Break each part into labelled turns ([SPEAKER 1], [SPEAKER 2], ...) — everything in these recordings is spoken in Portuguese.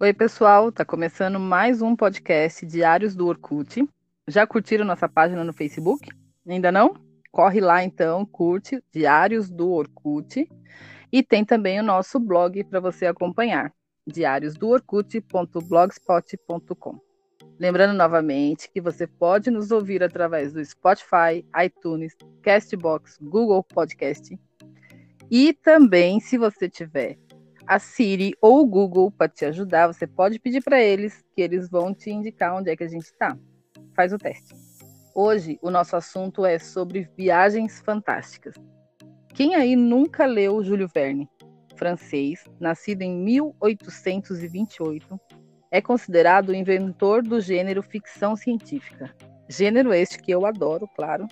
[SPEAKER 1] Oi, pessoal, tá começando mais um podcast Diários do Orkut. Já curtiram nossa página no Facebook? Ainda não? Corre lá então, curte Diários do Orkut e tem também o nosso blog para você acompanhar, diariosdoorkut.blogspot.com. Lembrando novamente que você pode nos ouvir através do Spotify, iTunes, Castbox, Google Podcast. E também, se você tiver a Siri ou o Google para te ajudar, você pode pedir para eles que eles vão te indicar onde é que a gente está. Faz o teste. Hoje o nosso assunto é sobre viagens fantásticas. Quem aí nunca leu Júlio Verne? Francês, nascido em 1828, é considerado o inventor do gênero ficção científica. Gênero este que eu adoro, claro.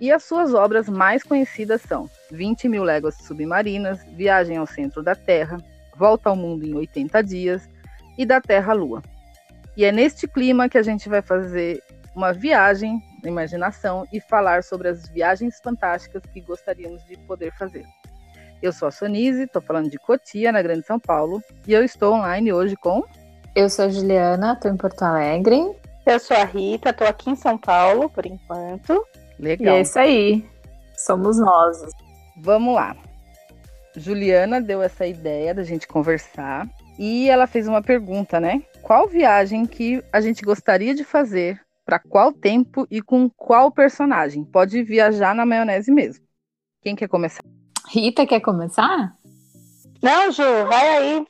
[SPEAKER 1] E as suas obras mais conhecidas são 20 mil léguas submarinas, Viagem ao Centro da Terra, Volta ao Mundo em 80 Dias e Da Terra à Lua. E é neste clima que a gente vai fazer uma viagem na imaginação e falar sobre as viagens fantásticas que gostaríamos de poder fazer. Eu sou a Sonise, estou falando de Cotia, na Grande São Paulo, e eu estou online hoje com.
[SPEAKER 2] Eu sou a Juliana, tô em Porto Alegre. é
[SPEAKER 3] Eu sou a Rita, tô aqui em São Paulo por enquanto.
[SPEAKER 2] E
[SPEAKER 1] Legal.
[SPEAKER 2] é isso aí. Somos nós.
[SPEAKER 1] Vamos lá. Juliana deu essa ideia da gente conversar e ela fez uma pergunta, né? Qual viagem que a gente gostaria de fazer, para qual tempo e com qual personagem? Pode viajar na maionese mesmo. Quem quer começar?
[SPEAKER 2] Rita, quer começar?
[SPEAKER 3] Não, Ju, vai aí.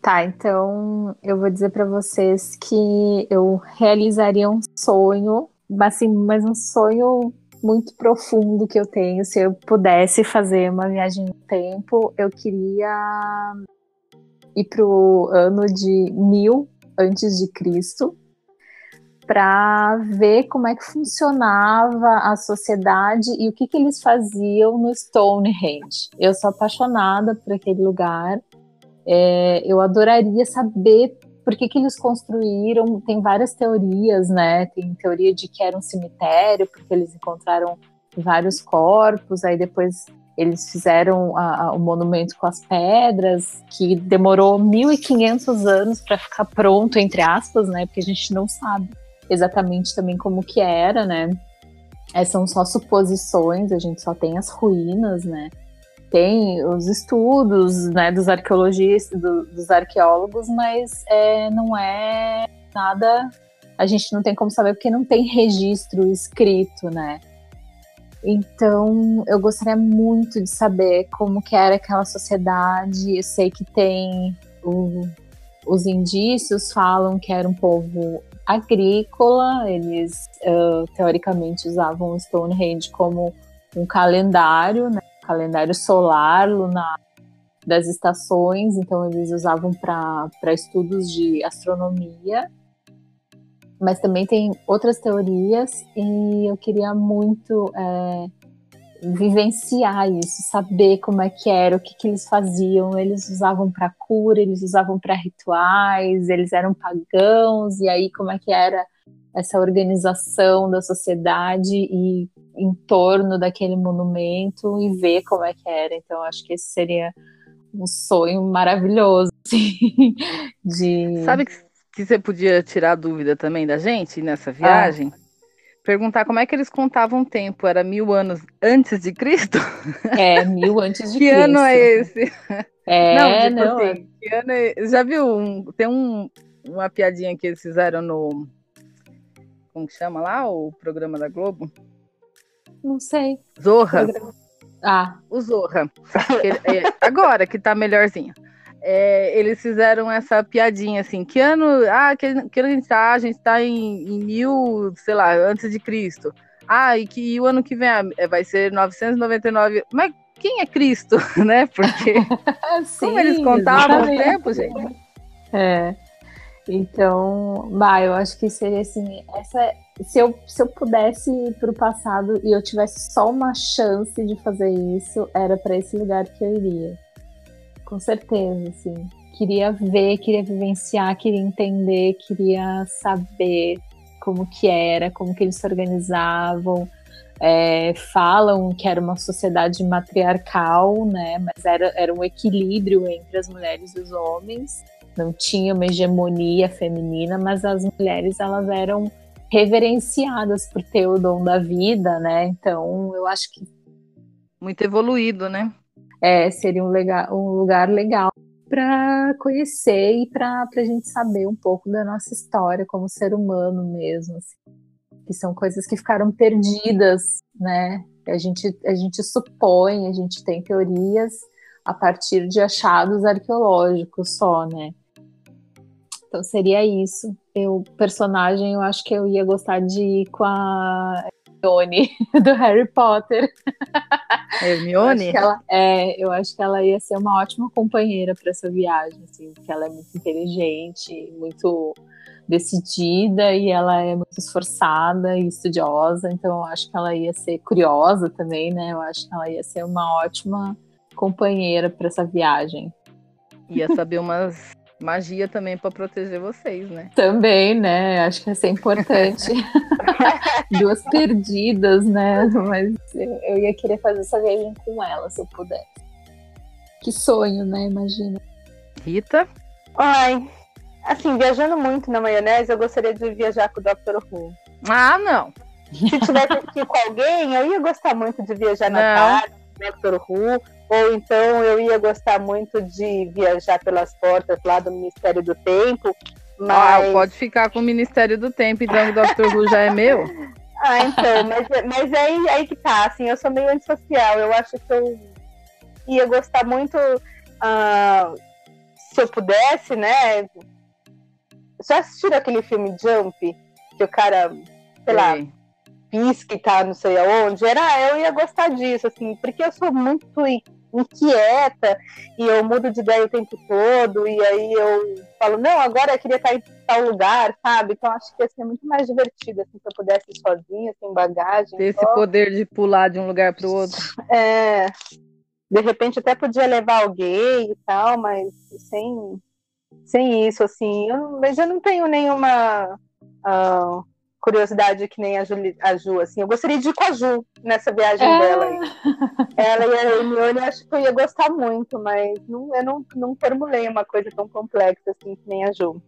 [SPEAKER 2] Tá, então eu vou dizer pra vocês que eu realizaria um sonho, mas assim, mas um sonho muito profundo que eu tenho. Se eu pudesse fazer uma viagem no tempo, eu queria ir pro ano de mil antes de Cristo para ver como é que funcionava a sociedade e o que, que eles faziam no Stonehenge. Eu sou apaixonada por aquele lugar. É, eu adoraria saber por que, que eles construíram. Tem várias teorias, né? Tem teoria de que era um cemitério, porque eles encontraram vários corpos, aí depois eles fizeram a- a- o monumento com as pedras, que demorou 1.500 anos para ficar pronto, entre aspas, né? Porque a gente não sabe exatamente também como que era, né? É, são só suposições, a gente só tem as ruínas, né? tem os estudos né, dos arqueologistas, do- dos arqueólogos, mas é, não é nada. A gente não tem como saber porque não tem registro escrito, né? Então, eu gostaria muito de saber como que era aquela sociedade. Eu sei que tem o- os indícios falam que era um povo agrícola. Eles ah, teoricamente usavam o Stonehenge como um calendário, né? calendário solar, lunar, das estações, então eles usavam para estudos de astronomia. Mas também tem outras teorias e eu queria muito é, vivenciar isso, saber como é que era, o que, que eles faziam. Eles usavam para cura, eles usavam para rituais, eles eram pagãos, e aí como é que era essa organização da sociedade e em torno daquele monumento e ver como é que era. Então, acho que esse seria um sonho maravilhoso, assim, de...
[SPEAKER 1] Sabe que, que você podia tirar dúvida também da gente
[SPEAKER 2] Ah.
[SPEAKER 1] nessa viagem? Perguntar como é que eles contavam o tempo. Era mil anos antes de Cristo?
[SPEAKER 2] É, mil antes de
[SPEAKER 1] que
[SPEAKER 2] Cristo.
[SPEAKER 1] ano é esse?
[SPEAKER 2] É,
[SPEAKER 1] Não, tipo
[SPEAKER 2] não, é-
[SPEAKER 1] assim, que ano é- já viu? um- tem um- uma piadinha que eles fizeram no. Como que chama lá? O programa da Globo?
[SPEAKER 2] não sei.
[SPEAKER 1] Zorra.
[SPEAKER 2] Ah,
[SPEAKER 1] O Zorra. Que ele- é, agora que tá melhorzinho. É, eles fizeram essa piadinha assim, que ano, ah, que, que ano a gente tá? A gente tá em, em mil, sei lá, antes de Cristo. Ah, e que e o ano que vem ah, é, vai ser 999. Mas quem é Cristo, né? Porque Ah, como eles contavam o tempo, gente?
[SPEAKER 2] É. Então, bah, eu acho que seria assim, essa, se eu, se eu pudesse ir pro passado e eu tivesse só uma chance de fazer isso, era para esse lugar que eu iria. Com certeza, assim. Queria ver, queria vivenciar, queria entender, queria saber como que era, como que eles se organizavam. É, falam que era uma sociedade matriarcal, né? Mas era, era um equilíbrio entre as mulheres e os homens. não tinha uma hegemonia feminina, mas as mulheres elas eram reverenciadas por ter o dom da vida, né? Então eu acho que
[SPEAKER 1] Muito evoluído, né?
[SPEAKER 2] é, seria um, lega- um lugar legal para conhecer e para a gente saber um pouco da nossa história como ser humano mesmo, assim. que são coisas que ficaram perdidas, né? A gente, a gente supõe, a gente tem teorias a partir de achados arqueológicos só, né? Então seria isso. Eu, personagem, eu acho que eu ia gostar de ir com a Hermione do Harry Potter. Eu acho
[SPEAKER 1] Hermione?
[SPEAKER 2] que ela- é, eu acho que ela ia ser uma ótima companheira para essa viagem, assim, porque ela é muito inteligente, muito decidida e ela é muito esforçada e estudiosa, então eu acho que ela ia ser curiosa também, né? Eu acho que ela ia ser uma ótima companheira para essa viagem.
[SPEAKER 1] Ia saber umas magia também pra proteger vocês, né?
[SPEAKER 2] Também, né? Acho que ia ser importante. Duas perdidas, né? Mas eu, eu ia querer fazer essa viagem com ela, se eu pudesse. Que sonho, né? Imagina.
[SPEAKER 1] Rita?
[SPEAKER 3] Ai, assim, viajando muito na maionese, eu gostaria de viajar com o Dr. Who.
[SPEAKER 1] Ah, não.
[SPEAKER 3] Se tivesse aqui com alguém, eu ia gostar muito de viajar na
[SPEAKER 1] Não.
[SPEAKER 3] tarde, com o Dr. Who. Ou então eu ia gostar muito de viajar pelas portas lá do Ministério do Tempo. Mas.
[SPEAKER 1] Ah, pode ficar com o Ministério do Tempo, então que o Dr. Who já é meu.
[SPEAKER 3] Ah, então, mas, mas aí, aí que tá, assim, eu sou meio antissocial, eu acho que eu ia gostar muito ah, se eu pudesse, né? Já assistiram aquele filme Jump, que o cara, sei lá,
[SPEAKER 1] Sei.
[SPEAKER 3] pisca e tá não sei aonde? Era, eu ia gostar disso, assim, porque eu sou muito in- inquieta e eu mudo de ideia o tempo todo, e aí eu falo, não, agora eu queria estar em tal lugar, sabe? Então acho que ia ser muito mais divertido, assim, se eu pudesse ir sozinha, sem bagagem.
[SPEAKER 1] Ter esse
[SPEAKER 3] só.
[SPEAKER 1] poder de pular de um lugar pro outro.
[SPEAKER 3] É, de repente até podia levar alguém e tal, mas sem, sem isso, assim. Eu- mas eu não tenho nenhuma ah, curiosidade que nem a, Juli- a Ju, assim. Eu gostaria de ir com a Ju nessa viagem dela. Ela e a Hermione, eu acho que eu ia gostar muito, mas não, eu não, não formulei uma coisa tão complexa assim que nem a Ju.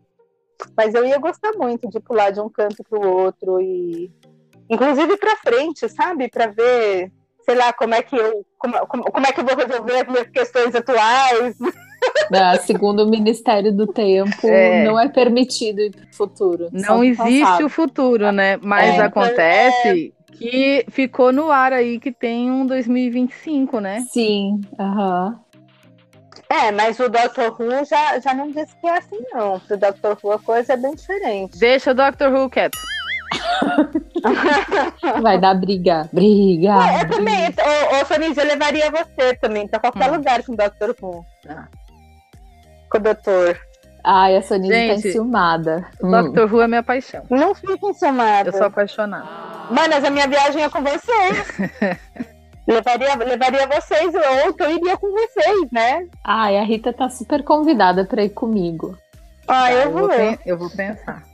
[SPEAKER 3] Mas eu ia gostar muito de pular de um canto pro outro e... Inclusive pra frente, sabe? Pra ver sei lá, como é que eu, como, como, como é que eu vou resolver as minhas questões atuais.
[SPEAKER 2] Ah, segundo o Ministério do Tempo,
[SPEAKER 1] É.
[SPEAKER 2] não é permitido ir para o futuro. só
[SPEAKER 1] Não
[SPEAKER 2] pro
[SPEAKER 1] existe
[SPEAKER 2] passado.
[SPEAKER 1] o futuro, né? Mas
[SPEAKER 2] É.
[SPEAKER 1] acontece que ficou no ar aí que tem um 2025, né?
[SPEAKER 2] Sim, aham.
[SPEAKER 3] É, mas o Dr. Who já, já não disse que é assim, não. Pro Dr. Who a coisa é bem diferente.
[SPEAKER 1] Deixa o Dr. Who quieto.
[SPEAKER 2] Vai dar briga. Briga.
[SPEAKER 3] É, eu também, ô, ô Soninja, eu levaria você também pra qualquer
[SPEAKER 1] Hum.
[SPEAKER 3] lugar com o Dr. Who.
[SPEAKER 1] Tá.
[SPEAKER 3] Com o doutor.
[SPEAKER 2] Ai, a Soninha tá
[SPEAKER 1] Gente,
[SPEAKER 2] enciumada.
[SPEAKER 1] O
[SPEAKER 2] Hum.
[SPEAKER 1] Dr. Who é minha paixão.
[SPEAKER 3] Não fiquem ciumados.
[SPEAKER 1] Eu sou apaixonada.
[SPEAKER 3] Manas, a minha viagem é com vocês. levaria, levaria vocês, ou então eu iria com vocês, né?
[SPEAKER 2] Ai, a Rita tá super convidada para ir comigo.
[SPEAKER 3] Ah, eu,
[SPEAKER 1] eu,
[SPEAKER 3] vou.
[SPEAKER 1] vou pen- eu vou pensar.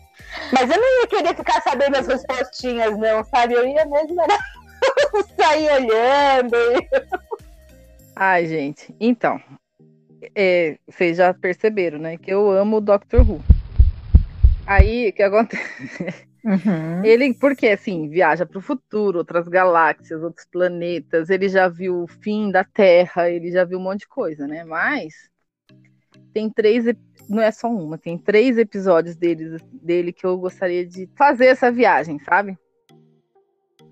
[SPEAKER 3] Mas eu não ia querer ficar sabendo as respostinhas, não, sabe? Eu ia mesmo era sair olhando.
[SPEAKER 1] Ai, gente. Então, é, vocês já perceberam, né? Que eu amo o Dr. Who. Aí, o que acontece? Ele, porque assim, viaja para o futuro, outras galáxias, outros planetas, ele já viu o fim da Terra, ele já viu um monte de coisa, né? Mas tem três, ep- não é só uma, tem três episódios dele, dele que eu gostaria de fazer essa viagem, sabe?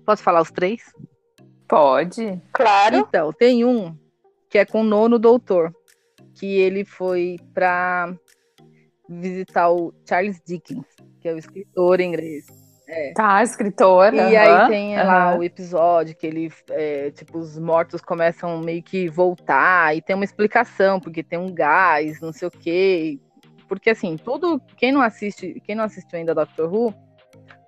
[SPEAKER 1] Posso falar os três?
[SPEAKER 2] Pode.
[SPEAKER 3] Claro.
[SPEAKER 1] Então, tem um que é com o nono doutor, que ele foi para visitar o Charles Dickens, que é o escritor inglês.
[SPEAKER 2] Tá, escritora.
[SPEAKER 1] E aí
[SPEAKER 2] aham,
[SPEAKER 1] tem é,
[SPEAKER 2] aham.
[SPEAKER 1] lá o episódio que ele, é, tipo, os mortos começam meio que voltar e tem uma explicação, porque tem um gás, não sei o quê. Porque assim, tudo, quem não assiste, quem não assistiu ainda Doctor Who,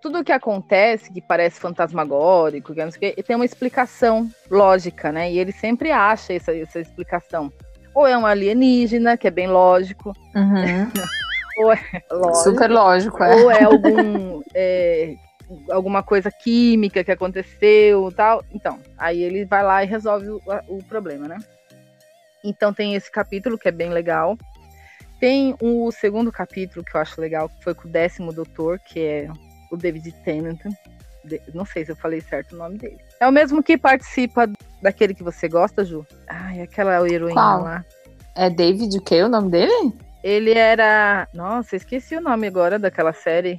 [SPEAKER 1] tudo que acontece que parece fantasmagórico, que não sei o quê, tem uma explicação lógica, né? E ele sempre acha essa, essa explicação. Ou é um alienígena, que é bem lógico.
[SPEAKER 2] Uhum.
[SPEAKER 1] lógico
[SPEAKER 2] Super lógico, é.
[SPEAKER 1] ou é algum é, alguma coisa química que aconteceu tal então aí ele vai lá e resolve o, a- o problema né então tem esse capítulo que é bem legal Tem o segundo capítulo que eu acho legal, que foi com o décimo doutor, que é o David Tennant. De- Não sei se eu falei certo o nome dele. É o mesmo que participa daquele que você gosta, Ju? Ai, aquela heroína
[SPEAKER 2] Qual?
[SPEAKER 1] lá.
[SPEAKER 2] É David o quê? O nome dele?
[SPEAKER 1] Ele era. Nossa, esqueci o nome agora daquela série.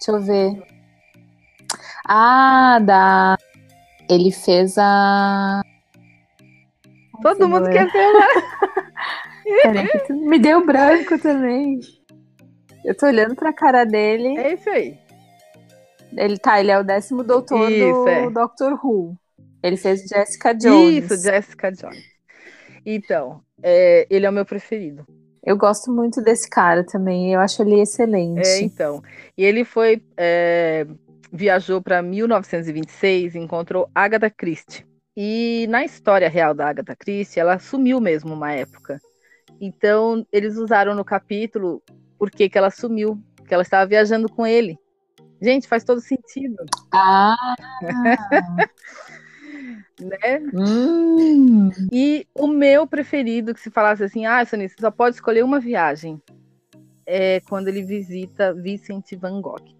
[SPEAKER 2] Deixa eu ver. Ah, da. Ele fez a.
[SPEAKER 1] Todo
[SPEAKER 2] Nossa,
[SPEAKER 1] mundo
[SPEAKER 2] não
[SPEAKER 1] quer ver lá.
[SPEAKER 2] Caraca, tu- me deu branco também. Eu tô olhando pra cara dele.
[SPEAKER 1] É isso aí.
[SPEAKER 2] Ele tá, ele é o décimo doutor
[SPEAKER 1] Isso,
[SPEAKER 2] do
[SPEAKER 1] é.
[SPEAKER 2] Doctor Who. Ele fez Jessica Jones.
[SPEAKER 1] Isso, Jessica Jones. Então, é, ele é o meu preferido.
[SPEAKER 2] Eu gosto muito desse cara também. Eu acho ele excelente.
[SPEAKER 1] É, então. E ele foi. é, viajou para 1926 e encontrou Agatha Christie. E na história real da Agatha Christie, ela sumiu mesmo uma época. Então, eles usaram no capítulo por que, que ela sumiu, que ela estava viajando com ele. Gente, faz todo sentido,
[SPEAKER 2] Ah,
[SPEAKER 1] né?
[SPEAKER 2] hum.
[SPEAKER 1] E o meu preferido, que se falasse assim, ah, Sonia, você só pode escolher uma viagem, é quando ele visita Vincent Van Gogh.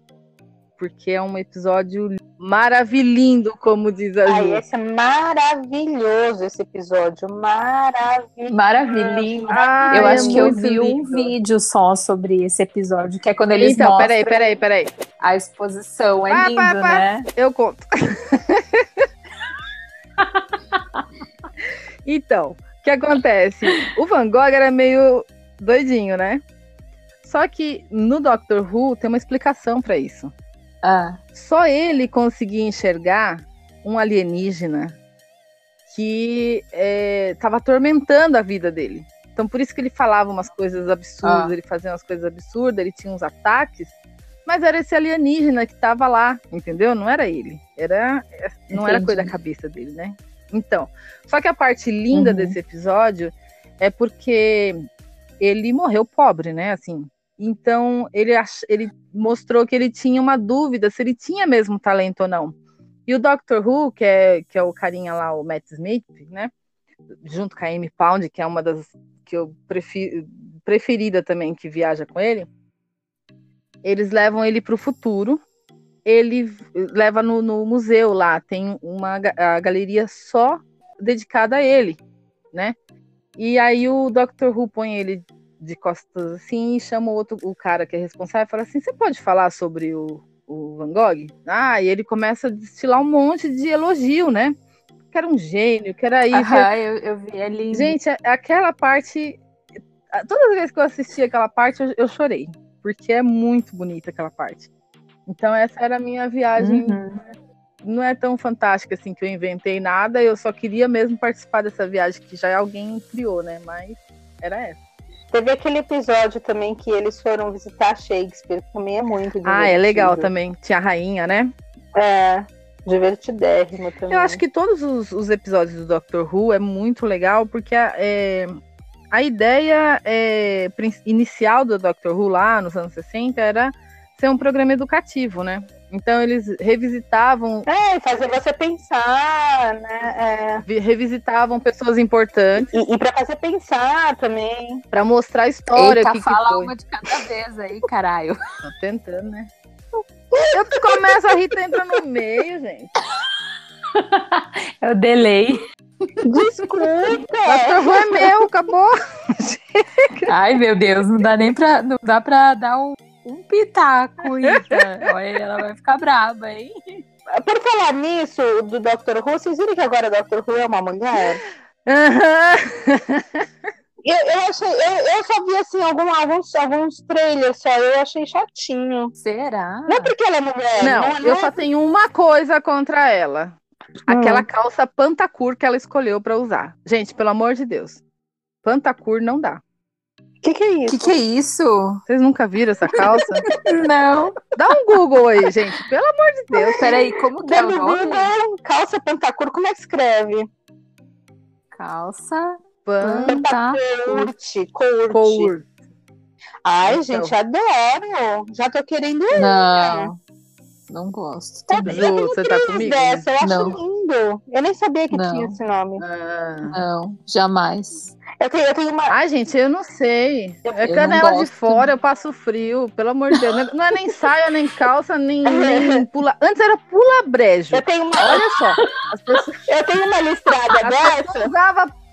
[SPEAKER 1] Porque é um episódio maravilhindo, como diz a
[SPEAKER 3] Ai,
[SPEAKER 1] Ju.
[SPEAKER 3] esse é maravilhoso esse episódio. Maravilhoso.
[SPEAKER 2] Maravilhoso.
[SPEAKER 1] Ah,
[SPEAKER 2] eu
[SPEAKER 1] é
[SPEAKER 2] acho que eu
[SPEAKER 1] muito
[SPEAKER 2] vi um
[SPEAKER 1] lindo.
[SPEAKER 2] vídeo só sobre esse episódio, que é quando eles
[SPEAKER 1] Então,
[SPEAKER 2] mostram
[SPEAKER 1] peraí, peraí, peraí.
[SPEAKER 2] a exposição. É
[SPEAKER 1] Pá,
[SPEAKER 2] lindo,
[SPEAKER 1] pá, pá.
[SPEAKER 2] né?
[SPEAKER 1] Eu conto. então, o que acontece? O Van Gogh era meio doidinho, né? Só que no Doctor Who tem uma explicação para isso.
[SPEAKER 2] Ah,
[SPEAKER 1] só ele conseguia enxergar um alienígena que estava atormentando a vida dele. Então, por isso que ele falava umas coisas absurdas,
[SPEAKER 2] Ah.
[SPEAKER 1] ele fazia umas coisas absurdas, ele tinha uns ataques, mas era esse alienígena que estava lá, entendeu? Não era ele. Era, não era
[SPEAKER 2] Entendi.
[SPEAKER 1] coisa da cabeça dele, né? Então, só que a parte linda
[SPEAKER 2] Uhum.
[SPEAKER 1] desse episódio é porque ele morreu pobre, né? Assim, então ele, ach- ele mostrou que ele tinha uma dúvida se ele tinha mesmo talento ou não. E o Dr. Who, que é, que é o carinha lá, o Matt Smith, né? Junto com a Amy Pound, que é uma das que eu prefiro, preferida também, que viaja com ele. Eles levam ele para o futuro. Ele leva no, no museu lá, tem uma ga- a galeria só dedicada a ele, né? E aí o Dr. Who põe ele de costas assim e chama o outro, o cara que é responsável e fala assim: você pode falar sobre o, o Van Gogh? Ah, e ele começa a destilar um monte de elogio, né? Que era um gênio, que era isso,
[SPEAKER 2] aham, eu, eu vi é ele.
[SPEAKER 1] Gente, a- aquela parte. a- Todas as vezes que eu assisti aquela parte, eu, eu chorei. Porque é muito bonita aquela parte. Então, essa era a minha viagem.
[SPEAKER 2] Uhum.
[SPEAKER 1] Não é tão fantástica assim que eu inventei nada. Eu só queria mesmo participar dessa viagem que já alguém criou, né? Mas era essa.
[SPEAKER 3] Teve aquele episódio também que eles foram visitar Shakespeare, que também é muito divertido.
[SPEAKER 1] Ah, é legal também. Tinha a rainha, né?
[SPEAKER 3] É, divertidérrimo também.
[SPEAKER 1] Eu acho que todos os, os episódios do Doctor Who é muito legal, porque a, é, a ideia é, prin- inicial do Doctor Who lá nos anos 60 era ser um programa educativo, né? Então eles revisitavam,
[SPEAKER 3] É, fazer você pensar, né?
[SPEAKER 1] vi- revisitavam pessoas importantes
[SPEAKER 3] É. E, e para fazer pensar também.
[SPEAKER 1] para mostrar a história
[SPEAKER 2] Eita,
[SPEAKER 1] que, que
[SPEAKER 2] fala
[SPEAKER 1] foi.
[SPEAKER 2] uma de cada vez aí, caralho.
[SPEAKER 1] Tô tentando, né? Eu começo a rir, tu entra no meio, gente.
[SPEAKER 2] É o delay.
[SPEAKER 3] Escuta!
[SPEAKER 1] Doctor Who é meu, acabou.
[SPEAKER 2] Ai, meu Deus, não dá nem pra. Não dá pra dar um, um pitaco, Ita. Olha, ela vai ficar braba, hein?
[SPEAKER 3] Por falar nisso, do Dr. Who, vocês viram que agora o Dr. Who é uma mulher?
[SPEAKER 1] Aham.
[SPEAKER 3] Eu, eu, achei, eu, eu só vi assim algum- alguns, alguns trailers só, eu achei chatinho.
[SPEAKER 2] Será?
[SPEAKER 3] Não é porque ela é mulher,
[SPEAKER 1] Não, eu
[SPEAKER 3] é-
[SPEAKER 1] só tenho uma coisa contra ela.
[SPEAKER 3] Hum.
[SPEAKER 1] Aquela calça pantacur que ela escolheu pra usar. Gente, pelo amor de Deus. Pantacur não dá.
[SPEAKER 3] Que que é
[SPEAKER 2] O
[SPEAKER 3] isso?
[SPEAKER 2] que, que é isso?
[SPEAKER 1] Vocês nunca viram essa calça?
[SPEAKER 2] Não.
[SPEAKER 1] dá um Google aí, gente. Pelo amor de Deus.
[SPEAKER 2] Peraí, como que é o nome?
[SPEAKER 3] Google, um calça pantacur, como é que escreve?
[SPEAKER 2] Calça.
[SPEAKER 1] Pan-
[SPEAKER 2] Panta.
[SPEAKER 3] Curte, curte.
[SPEAKER 1] Cour.
[SPEAKER 3] Ai,
[SPEAKER 1] Então.
[SPEAKER 3] gente, adoro. Já tô querendo ir.
[SPEAKER 2] Não. Não gosto.
[SPEAKER 1] Ju,
[SPEAKER 2] Também.
[SPEAKER 1] você tá comigo?
[SPEAKER 3] Dessa, eu acho
[SPEAKER 2] Não.
[SPEAKER 3] lindo. Eu nem sabia que
[SPEAKER 2] Não.
[SPEAKER 3] tinha esse nome.
[SPEAKER 2] É.
[SPEAKER 1] Ah.
[SPEAKER 2] Não, jamais.
[SPEAKER 3] Eu tenho, eu tenho uma.
[SPEAKER 1] Ai, gente, eu não sei. É
[SPEAKER 2] não
[SPEAKER 1] canela de
[SPEAKER 2] gosto.
[SPEAKER 1] fora, eu passo frio, pelo amor de Deus. Não é- Não é nem saia, nem calça, nem, nem pula. Antes era pula brejo.
[SPEAKER 3] Eu tenho uma,
[SPEAKER 1] Olha só. As pessoas
[SPEAKER 3] eu tenho uma listrada dessa.
[SPEAKER 1] usavam.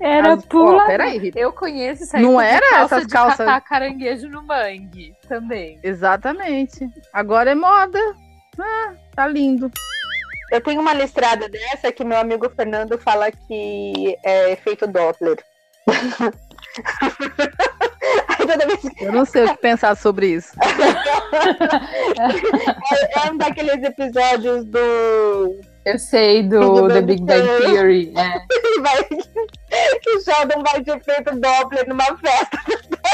[SPEAKER 2] Era
[SPEAKER 1] as... Ó, peraí, Rita.
[SPEAKER 2] Eu conheço isso
[SPEAKER 1] Não era essas calças.
[SPEAKER 2] catar caranguejo no mangue também.
[SPEAKER 1] Exatamente. Agora é moda. Ah, tá lindo.
[SPEAKER 3] Eu tenho uma listrada dessa que meu amigo Fernando fala que é efeito Doppler. Aí toda vez que-
[SPEAKER 1] Eu não sei o que pensar sobre isso.
[SPEAKER 3] é um daqueles episódios do.
[SPEAKER 2] Eu sei do
[SPEAKER 3] Tudo
[SPEAKER 2] The
[SPEAKER 3] bem,
[SPEAKER 2] Big Bang
[SPEAKER 3] então.
[SPEAKER 2] Theory. É,
[SPEAKER 3] que vai- que Sheldon vai de efeito Doppler numa festa.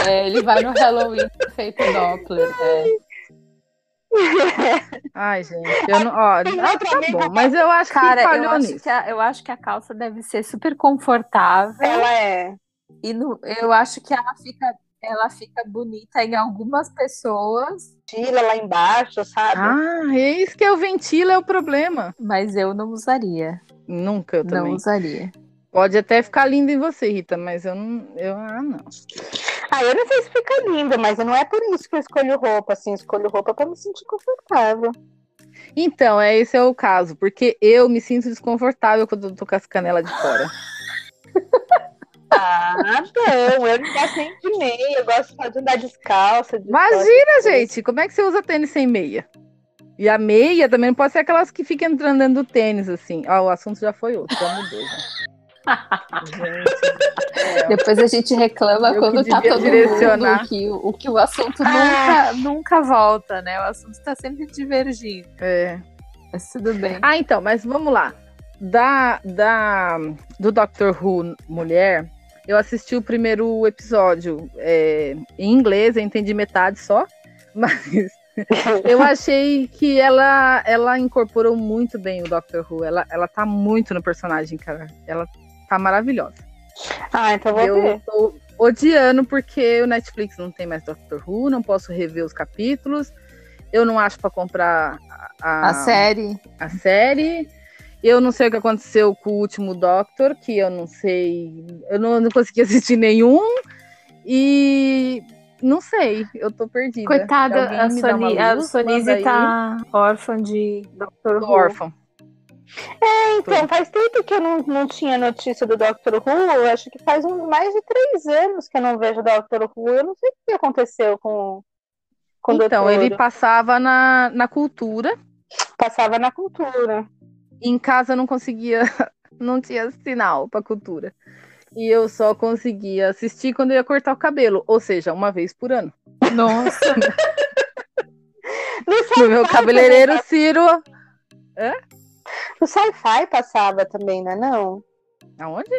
[SPEAKER 2] é, ele vai no Halloween feito Doppler. é.
[SPEAKER 1] Ai, gente, eu não. Ó,
[SPEAKER 3] Tem
[SPEAKER 1] ah,
[SPEAKER 3] outra
[SPEAKER 1] tá
[SPEAKER 3] amiga
[SPEAKER 1] bom, mas eu acho
[SPEAKER 2] Cara,
[SPEAKER 1] que
[SPEAKER 2] eu
[SPEAKER 1] falhou
[SPEAKER 2] acho
[SPEAKER 1] nisso.
[SPEAKER 2] que, é a, eu acho que a calça deve ser super confortável.
[SPEAKER 3] Ela é.
[SPEAKER 2] E no- eu acho que ela fica, ela fica bonita em algumas pessoas,
[SPEAKER 3] Tira lá embaixo, sabe?
[SPEAKER 1] Ah, é isso que eu ventilo é o problema.
[SPEAKER 2] mas eu não usaria.
[SPEAKER 1] Nunca eu
[SPEAKER 2] Não
[SPEAKER 1] também.
[SPEAKER 2] usaria.
[SPEAKER 1] Pode até ficar lindo em você, Rita, mas eu não. Eu, ah, não.
[SPEAKER 3] Ah, eu não sei se fica lindo, mas não é por isso que eu escolho roupa, assim, eu escolho roupa pra me sentir confortável.
[SPEAKER 1] Então, é esse é o caso, porque eu me sinto desconfortável quando eu tô com as canelas de fora.
[SPEAKER 3] Ah, não, eu não gosto nem de meia, eu gosto só de andar descalça. De
[SPEAKER 1] Imagina, gente, como é que você usa tênis sem meia? E a meia também não pode ser aquelas que ficam entrando dentro do tênis, assim. Ó, o assunto já foi outro, já mudou. já. gente, é,
[SPEAKER 2] Depois a gente reclama
[SPEAKER 1] Eu que
[SPEAKER 2] quando tá
[SPEAKER 1] devia
[SPEAKER 2] todo
[SPEAKER 1] direcionar.
[SPEAKER 2] mundo que, o que o assunto
[SPEAKER 3] Ah.
[SPEAKER 2] nunca, nunca volta, né? O assunto tá sempre divergindo.
[SPEAKER 1] é.
[SPEAKER 2] Mas tudo bem.
[SPEAKER 1] Ah, então, mas vamos lá. Da, da, do Doctor Who Mulher, eu assisti o primeiro episódio é, em inglês, eu entendi metade só, mas eu achei que ela, ela incorporou muito bem o Doctor Who. Ela, ela tá muito no personagem, cara. Ela tá maravilhosa.
[SPEAKER 3] Ah, então vou
[SPEAKER 1] Eu
[SPEAKER 3] ver.
[SPEAKER 1] tô odiando porque o Netflix não tem mais Doctor Who, não posso rever os capítulos. Eu não acho pra comprar
[SPEAKER 4] Ah.
[SPEAKER 1] a,
[SPEAKER 2] A série.
[SPEAKER 1] a série. Eu não sei o que aconteceu com o último Doctor, que eu não sei. Eu não, não consegui assistir nenhum. E não sei, eu tô perdida. Se alguém
[SPEAKER 4] Coitada, a,
[SPEAKER 1] me dá uma
[SPEAKER 4] Soni, a
[SPEAKER 1] luz, manda
[SPEAKER 4] Sonise
[SPEAKER 1] aí.
[SPEAKER 4] tá órfã de Dr.
[SPEAKER 1] Tô
[SPEAKER 4] Who.
[SPEAKER 1] órfã.
[SPEAKER 3] Então, faz tempo que eu não, não tinha notícia do Doctor Who, eu acho que faz uns mais de três anos que eu não vejo Doctor Who, eu não sei o que aconteceu com, com o
[SPEAKER 1] Então,
[SPEAKER 3] Doutor.
[SPEAKER 1] ele passava na, na cultura.
[SPEAKER 3] Passava na cultura.
[SPEAKER 1] e em casa eu não conseguia, não tinha sinal pra cultura. E eu só conseguia assistir quando eu ia cortar o cabelo, ou seja, uma vez por ano.
[SPEAKER 2] Nossa,
[SPEAKER 3] No
[SPEAKER 1] No meu
[SPEAKER 3] sci-fi
[SPEAKER 1] cabeleireiro Ciro.
[SPEAKER 3] No sci-fi passava também, né? Não.
[SPEAKER 1] Aonde?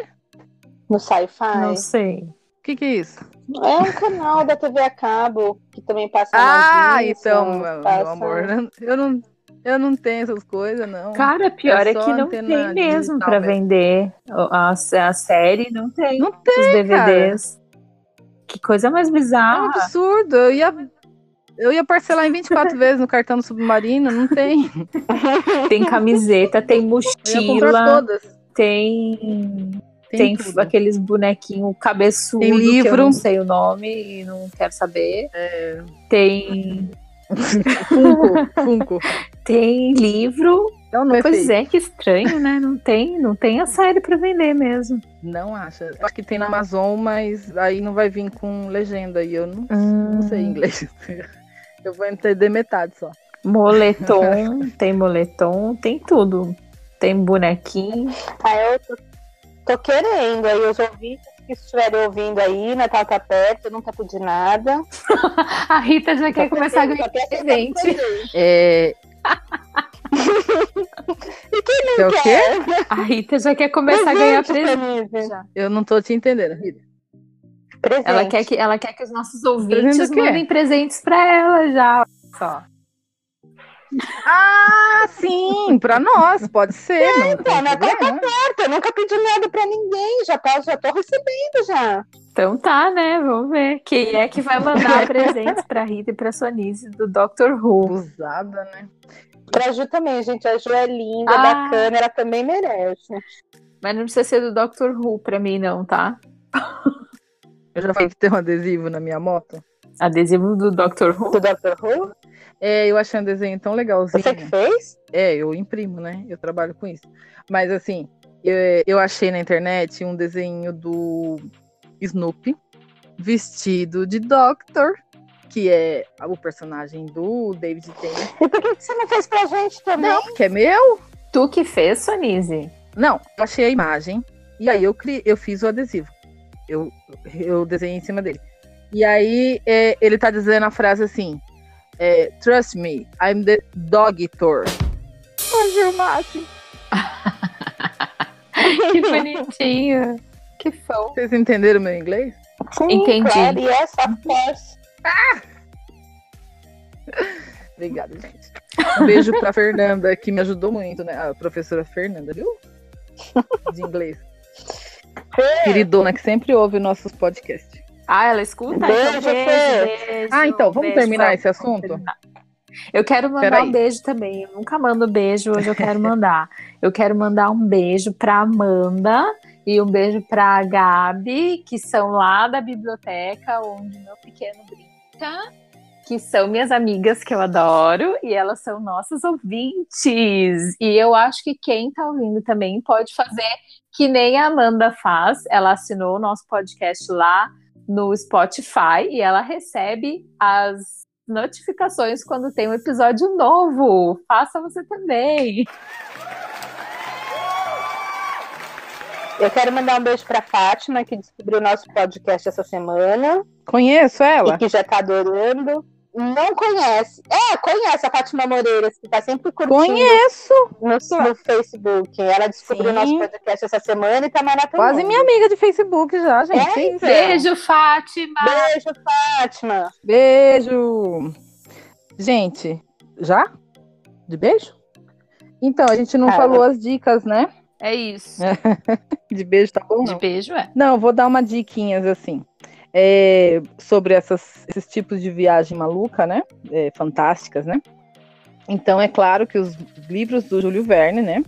[SPEAKER 3] No sci-fi.
[SPEAKER 4] Não sei.
[SPEAKER 1] O que, que é isso?
[SPEAKER 3] É um canal da TV a cabo que também passa na
[SPEAKER 1] Ah,
[SPEAKER 3] Disney,
[SPEAKER 1] então, meu,
[SPEAKER 3] passa-
[SPEAKER 1] meu amor, eu não, eu não tenho essas coisas, não.
[SPEAKER 4] Cara, pior
[SPEAKER 1] É
[SPEAKER 4] é,
[SPEAKER 1] só
[SPEAKER 4] que não
[SPEAKER 1] antena
[SPEAKER 4] tem mesmo
[SPEAKER 1] digital
[SPEAKER 4] pra
[SPEAKER 1] mesmo.
[SPEAKER 4] vender a, a- a série, não tem
[SPEAKER 1] Não
[SPEAKER 4] os
[SPEAKER 1] cara.
[SPEAKER 4] DVDs. Que coisa mais
[SPEAKER 1] É um
[SPEAKER 4] bizarra.
[SPEAKER 1] absurdo. Eu ia, eu ia parcelar em 24 vezes no cartão do submarino, não tem.
[SPEAKER 4] Tem camiseta, tem
[SPEAKER 1] Eu ia comprar
[SPEAKER 4] mochila,
[SPEAKER 1] todas.
[SPEAKER 4] tem,
[SPEAKER 1] Tem,
[SPEAKER 4] tem,
[SPEAKER 1] tudo.
[SPEAKER 4] aqueles bonequinhos cabeçudo
[SPEAKER 1] Tem
[SPEAKER 4] que
[SPEAKER 1] livro.
[SPEAKER 4] eu
[SPEAKER 1] É.
[SPEAKER 4] não sei o nome e não quero saber. Tem,
[SPEAKER 1] Funko, Funko.
[SPEAKER 4] tem livro.
[SPEAKER 1] Então não
[SPEAKER 4] pois
[SPEAKER 1] sei.
[SPEAKER 4] é, que estranho, né? Não tem, não tem a série pra vender mesmo.
[SPEAKER 1] Não acha. Acho que tem na Amazon, mas aí não vai vir com legenda e eu não, não sei inglês. Eu vou entender metade só.
[SPEAKER 4] Moletom, tem moletom, tem tudo. Tem bonequinho.
[SPEAKER 3] Ah, eu tô, tô querendo aí, os ouvintes que estiverem ouvindo aí, Natal tá perto, eu nunca pedi nada.
[SPEAKER 4] A Rita já quer começar a
[SPEAKER 3] Eu
[SPEAKER 4] ganhar
[SPEAKER 3] Tá até aceitei
[SPEAKER 4] presente.
[SPEAKER 3] presente.
[SPEAKER 1] É... é o quê?
[SPEAKER 3] Quer?
[SPEAKER 4] A Rita já quer começar a ganhar presente.
[SPEAKER 3] Presente.
[SPEAKER 1] Eu não tô te entendendo, Rita.
[SPEAKER 3] Presente.
[SPEAKER 4] Ela quer, que, ela quer que os nossos
[SPEAKER 1] Presente
[SPEAKER 4] ouvintes
[SPEAKER 1] do quê?
[SPEAKER 4] mandem presentes pra ela já. Só.
[SPEAKER 1] Ah, sim, pra nós, pode ser.
[SPEAKER 3] É,
[SPEAKER 1] não
[SPEAKER 3] então,
[SPEAKER 1] tem
[SPEAKER 3] né?
[SPEAKER 1] problema.
[SPEAKER 3] Coloca torta, eu nunca pedi nada pra ninguém, já, tá, já tô recebendo já.
[SPEAKER 2] Então tá, né? Vamos ver. Quem é que vai mandar presentes pra Rita e pra Sonise do Doctor Who?
[SPEAKER 1] Abusada, né?
[SPEAKER 3] Pra Ju também, gente, a Ju é linda,
[SPEAKER 2] Ah.
[SPEAKER 3] bacana, ela também merece.
[SPEAKER 2] Mas não precisa ser do Doctor Who pra mim, não, tá?
[SPEAKER 1] Eu já falei que tem um adesivo na minha moto.
[SPEAKER 2] Adesivo do Doctor Who?
[SPEAKER 3] Do Dr. Who?
[SPEAKER 1] É, eu achei um desenho tão legalzinho.
[SPEAKER 3] Você que fez?
[SPEAKER 1] É, eu imprimo, né? Eu trabalho com isso. Mas assim, eu, eu achei na internet um desenho do Snoopy vestido de Doctor, que é o personagem do David Tennant.
[SPEAKER 3] E por que que você não fez pra gente também?
[SPEAKER 1] Não, porque é meu?
[SPEAKER 2] Tu que fez, Sonise?
[SPEAKER 1] Não, eu achei a imagem e aí eu, cri, eu fiz o adesivo. Eu, eu desenhei em cima dele. E aí é, ele tá dizendo a frase assim: é, Trust me, I'm the Doctor. Ô, Gilmar,
[SPEAKER 2] Que bonitinho. Que fofo.
[SPEAKER 1] Vocês entenderam meu inglês?
[SPEAKER 3] Sim,
[SPEAKER 2] Entendi.
[SPEAKER 3] Claro, yes, of course.
[SPEAKER 1] Obrigada, gente. Um beijo pra Fernanda, que me ajudou muito, né? A professora Fernanda, viu? De inglês. Queridona, que sempre ouve nossos podcasts.
[SPEAKER 2] Ah, ela escuta?
[SPEAKER 3] Beijo,
[SPEAKER 2] então, beijo, beijo,
[SPEAKER 1] Ah, então, vamos
[SPEAKER 2] beijo,
[SPEAKER 1] terminar
[SPEAKER 2] vamos,
[SPEAKER 1] esse
[SPEAKER 2] vamos
[SPEAKER 1] assunto?
[SPEAKER 2] terminar. Eu quero mandar
[SPEAKER 1] Peraí.
[SPEAKER 2] um beijo também. Eu nunca mando beijo, hoje eu quero mandar. eu quero mandar um beijo pra Amanda e um beijo pra Gabi, que são lá da biblioteca onde meu pequeno brinca, que são minhas amigas que eu adoro e elas são nossas ouvintes. E eu acho que quem tá ouvindo também pode fazer que nem a Amanda faz. Ela assinou o nosso podcast lá no Spotify e ela recebe as notificações quando tem um episódio novo. Faça você também.
[SPEAKER 3] Eu quero mandar um beijo pra Fátima, que descobriu o nosso podcast essa semana
[SPEAKER 1] Conheço
[SPEAKER 3] e
[SPEAKER 1] ela.
[SPEAKER 3] que já tá adorando. Não conhece. É, conhece a Fátima Moreiras, que tá sempre curtindo
[SPEAKER 1] Conheço!
[SPEAKER 3] no, no Facebook. Ela descobriu o
[SPEAKER 1] é. Sim.
[SPEAKER 3] nosso podcast essa semana e tá maratonando.
[SPEAKER 1] Quase minha amiga de Facebook já, gente.
[SPEAKER 3] É,
[SPEAKER 1] Sim.
[SPEAKER 2] Beijo, Fátima!
[SPEAKER 3] Beijo, Fátima.
[SPEAKER 1] Beijo! Gente, já? De beijo? Então, a gente não
[SPEAKER 3] Cara.
[SPEAKER 1] falou as dicas, né?
[SPEAKER 2] É isso.
[SPEAKER 1] De beijo tá bom?
[SPEAKER 2] De beijo é.
[SPEAKER 1] Não, vou dar uma diquinhas assim. é, sobre essas- esses tipos de viagem maluca, né? É, fantásticas, né? Então é claro que os livros do Júlio Verne, né?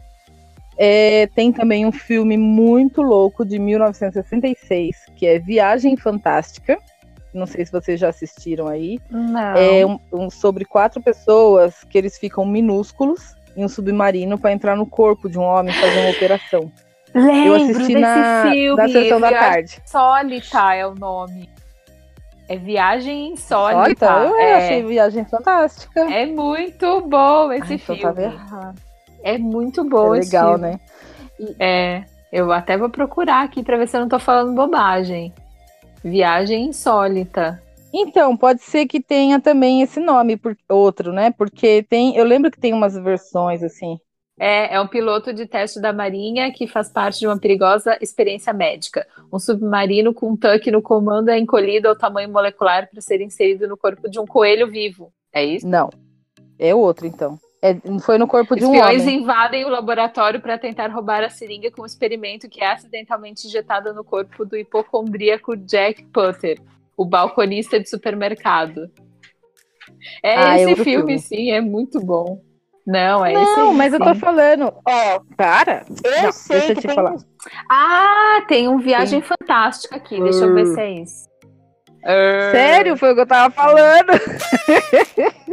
[SPEAKER 1] É, tem também um filme muito louco de 1966, que é Viagem Fantástica. Não sei se vocês já assistiram aí.
[SPEAKER 2] Não.
[SPEAKER 1] É um, um- sobre quatro pessoas que eles ficam minúsculos em um submarino para entrar no corpo de um homem e fazer uma operação.
[SPEAKER 2] Lembro
[SPEAKER 1] Eu assisti
[SPEAKER 2] desse
[SPEAKER 1] na,
[SPEAKER 2] filme.
[SPEAKER 1] na sessão da
[SPEAKER 2] Viagem
[SPEAKER 1] tarde.
[SPEAKER 2] Insólita é o nome. É Viagem
[SPEAKER 1] Olha,
[SPEAKER 2] Insólita.
[SPEAKER 1] então, eu
[SPEAKER 2] é.
[SPEAKER 1] achei viagem fantástica.
[SPEAKER 2] é muito bom esse
[SPEAKER 1] Ah, então
[SPEAKER 2] filme.
[SPEAKER 1] tava errado.
[SPEAKER 2] É muito
[SPEAKER 1] É
[SPEAKER 2] bom esse
[SPEAKER 1] legal,
[SPEAKER 2] filme.
[SPEAKER 1] né?
[SPEAKER 2] É, eu até vou procurar aqui pra ver se eu não tô falando bobagem. Viagem insólita.
[SPEAKER 1] Então, pode ser que tenha também esse nome, por- outro, né? Porque tem. Eu lembro que tem umas versões assim.
[SPEAKER 2] É, é um piloto de teste da Marinha que faz parte de uma perigosa experiência médica. Um submarino com um tanque no comando é encolhido ao tamanho molecular para ser inserido no corpo de um coelho vivo. É isso?
[SPEAKER 1] Não. É outro, então. É- foi no corpo de um
[SPEAKER 2] Espiões
[SPEAKER 1] homem.
[SPEAKER 2] invadem o laboratório para tentar roubar a seringa com um experimento que é acidentalmente injetada no corpo do hipocondríaco Jack Potter, o balconista de supermercado. É
[SPEAKER 1] Ah, é
[SPEAKER 2] esse
[SPEAKER 1] outro filme.
[SPEAKER 2] filme, sim, é muito bom. Não, é esse.
[SPEAKER 1] Não,
[SPEAKER 2] aí,
[SPEAKER 1] mas eu tô
[SPEAKER 2] sim.
[SPEAKER 1] falando.
[SPEAKER 3] Ó,
[SPEAKER 1] Para!
[SPEAKER 3] eu
[SPEAKER 1] Não,
[SPEAKER 3] sei
[SPEAKER 1] deixa eu
[SPEAKER 3] que
[SPEAKER 1] te
[SPEAKER 3] tem
[SPEAKER 1] falar.
[SPEAKER 2] Ah, tem um Viagem Fantástica aqui. Deixa eu ver se é isso.
[SPEAKER 1] Sério, foi o que eu tava falando.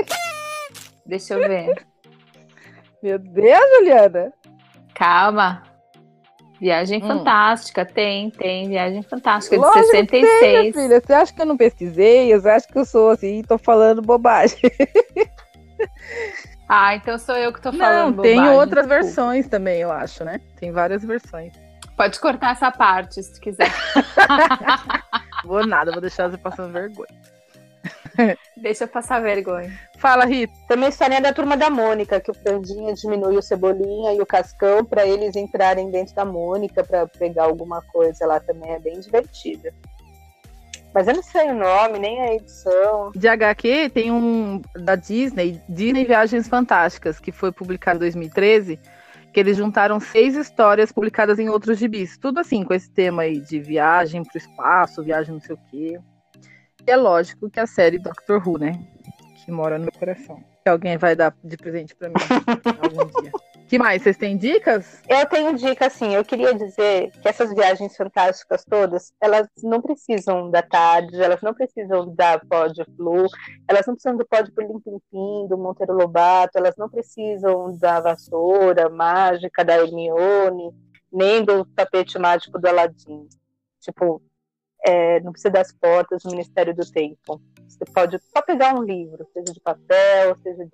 [SPEAKER 2] Deixa eu ver.
[SPEAKER 1] Meu Deus, Juliana.
[SPEAKER 2] Calma. Viagem
[SPEAKER 1] Hum.
[SPEAKER 2] Fantástica, tem, tem. Viagem Fantástica de
[SPEAKER 1] Lógico que tem, Minha
[SPEAKER 2] 66.
[SPEAKER 1] filha, você acha que eu não pesquisei? Você acha que eu sou assim, tô falando bobagem.
[SPEAKER 2] Ah, então sou eu que tô
[SPEAKER 1] Não,
[SPEAKER 2] falando.
[SPEAKER 1] tem
[SPEAKER 2] bobagem,
[SPEAKER 1] outras
[SPEAKER 2] desculpa.
[SPEAKER 1] versões também, eu acho, né? Tem várias versões.
[SPEAKER 2] Pode cortar essa parte se tu quiser.
[SPEAKER 1] Vou nada, vou deixar você passando vergonha.
[SPEAKER 2] Deixa eu passar vergonha.
[SPEAKER 1] Fala, Rita.
[SPEAKER 3] Também a historinha da turma da Mônica, que o Frandinha diminui o Cebolinha e o Cascão pra eles entrarem dentro da Mônica pra pegar alguma coisa lá também é bem divertida. Mas eu não sei o nome, nem a edição.
[SPEAKER 1] De HQ tem um da Disney, Disney Viagens Fantásticas, que foi publicado em 2013, que eles juntaram seis histórias publicadas em outros gibis. Tudo assim, com esse tema aí de viagem para o espaço, viagem não sei o quê. E é lógico que a série Doctor Who, né? Que mora no meu coração. Que alguém vai dar de presente para mim algum dia. Que mais? Vocês têm dicas?
[SPEAKER 3] Eu tenho dica, assim. Eu queria dizer que essas viagens fantásticas todas, elas não precisam da tarde, elas não precisam da pod flu, elas não precisam do pod pro Lim Pim Pim, do Monteiro Lobato, elas não precisam da vassoura mágica da Hermione, nem do tapete mágico do Aladim. Tipo, é, não precisa das portas do Ministério do Tempo. Você pode só pegar um livro, seja de papel, seja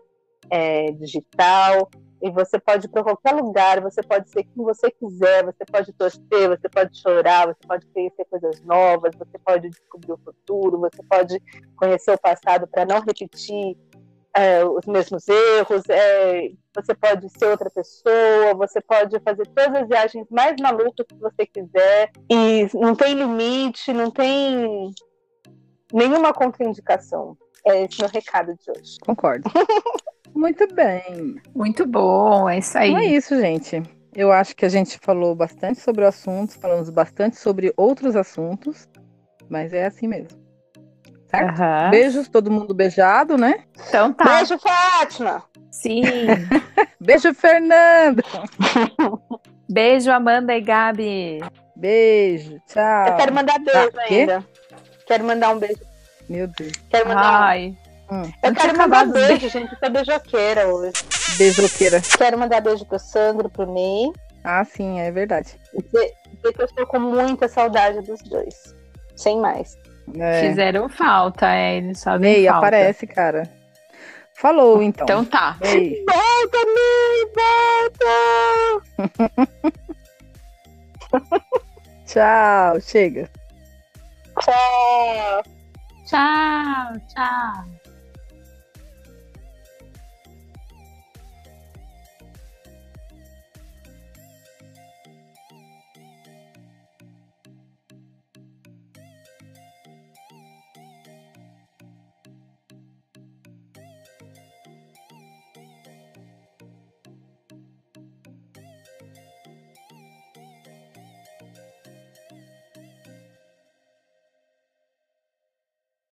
[SPEAKER 3] é, digital, e você pode ir para qualquer lugar, você pode ser quem você quiser, você pode torcer, você pode chorar, você pode conhecer coisas novas, você pode descobrir o futuro, você pode conhecer o passado para não repetir é, os mesmos erros, é, você pode ser outra pessoa, você pode fazer todas as viagens mais malucas que você quiser, e não tem limite, não tem nenhuma contraindicação. É esse meu recado de hoje.
[SPEAKER 1] Concordo. Muito bem.
[SPEAKER 2] Muito bom, é isso aí.
[SPEAKER 1] Então é isso, gente. Eu acho que a gente falou bastante sobre o assunto, falamos bastante sobre outros assuntos, mas é assim mesmo. Certo?
[SPEAKER 2] Aham.
[SPEAKER 1] Beijos, todo mundo beijado, né?
[SPEAKER 2] Então tá.
[SPEAKER 3] Beijo, Fátima!
[SPEAKER 2] Sim.
[SPEAKER 1] Beijo, Fernando!
[SPEAKER 2] Beijo, Amanda e Gabi.
[SPEAKER 1] Beijo, tchau.
[SPEAKER 3] Eu quero mandar beijo
[SPEAKER 1] Tá, quê?
[SPEAKER 3] ainda. Quero mandar um beijo.
[SPEAKER 1] Meu Deus.
[SPEAKER 3] Quero mandar um-
[SPEAKER 2] Ai.
[SPEAKER 1] Hum.
[SPEAKER 3] Eu
[SPEAKER 2] não tinha
[SPEAKER 3] quero mandar
[SPEAKER 2] acabado os
[SPEAKER 3] beijo, gente. Eu sou beijoqueira hoje.
[SPEAKER 1] Beijoqueira.
[SPEAKER 3] Quero mandar beijo pro Sandro, pro Ney.
[SPEAKER 1] Ah, sim, é verdade.
[SPEAKER 3] E dizer dizer que eu estou com muita saudade dos dois. Sem mais.
[SPEAKER 1] É.
[SPEAKER 2] Fizeram falta, é, eles só
[SPEAKER 1] Ney, aparece, cara. Falou, então.
[SPEAKER 2] Então tá.
[SPEAKER 1] Ei.
[SPEAKER 3] Volta, Ney! Volta!
[SPEAKER 1] Tchau, chega.
[SPEAKER 3] Tchau!
[SPEAKER 2] Tchau, tchau.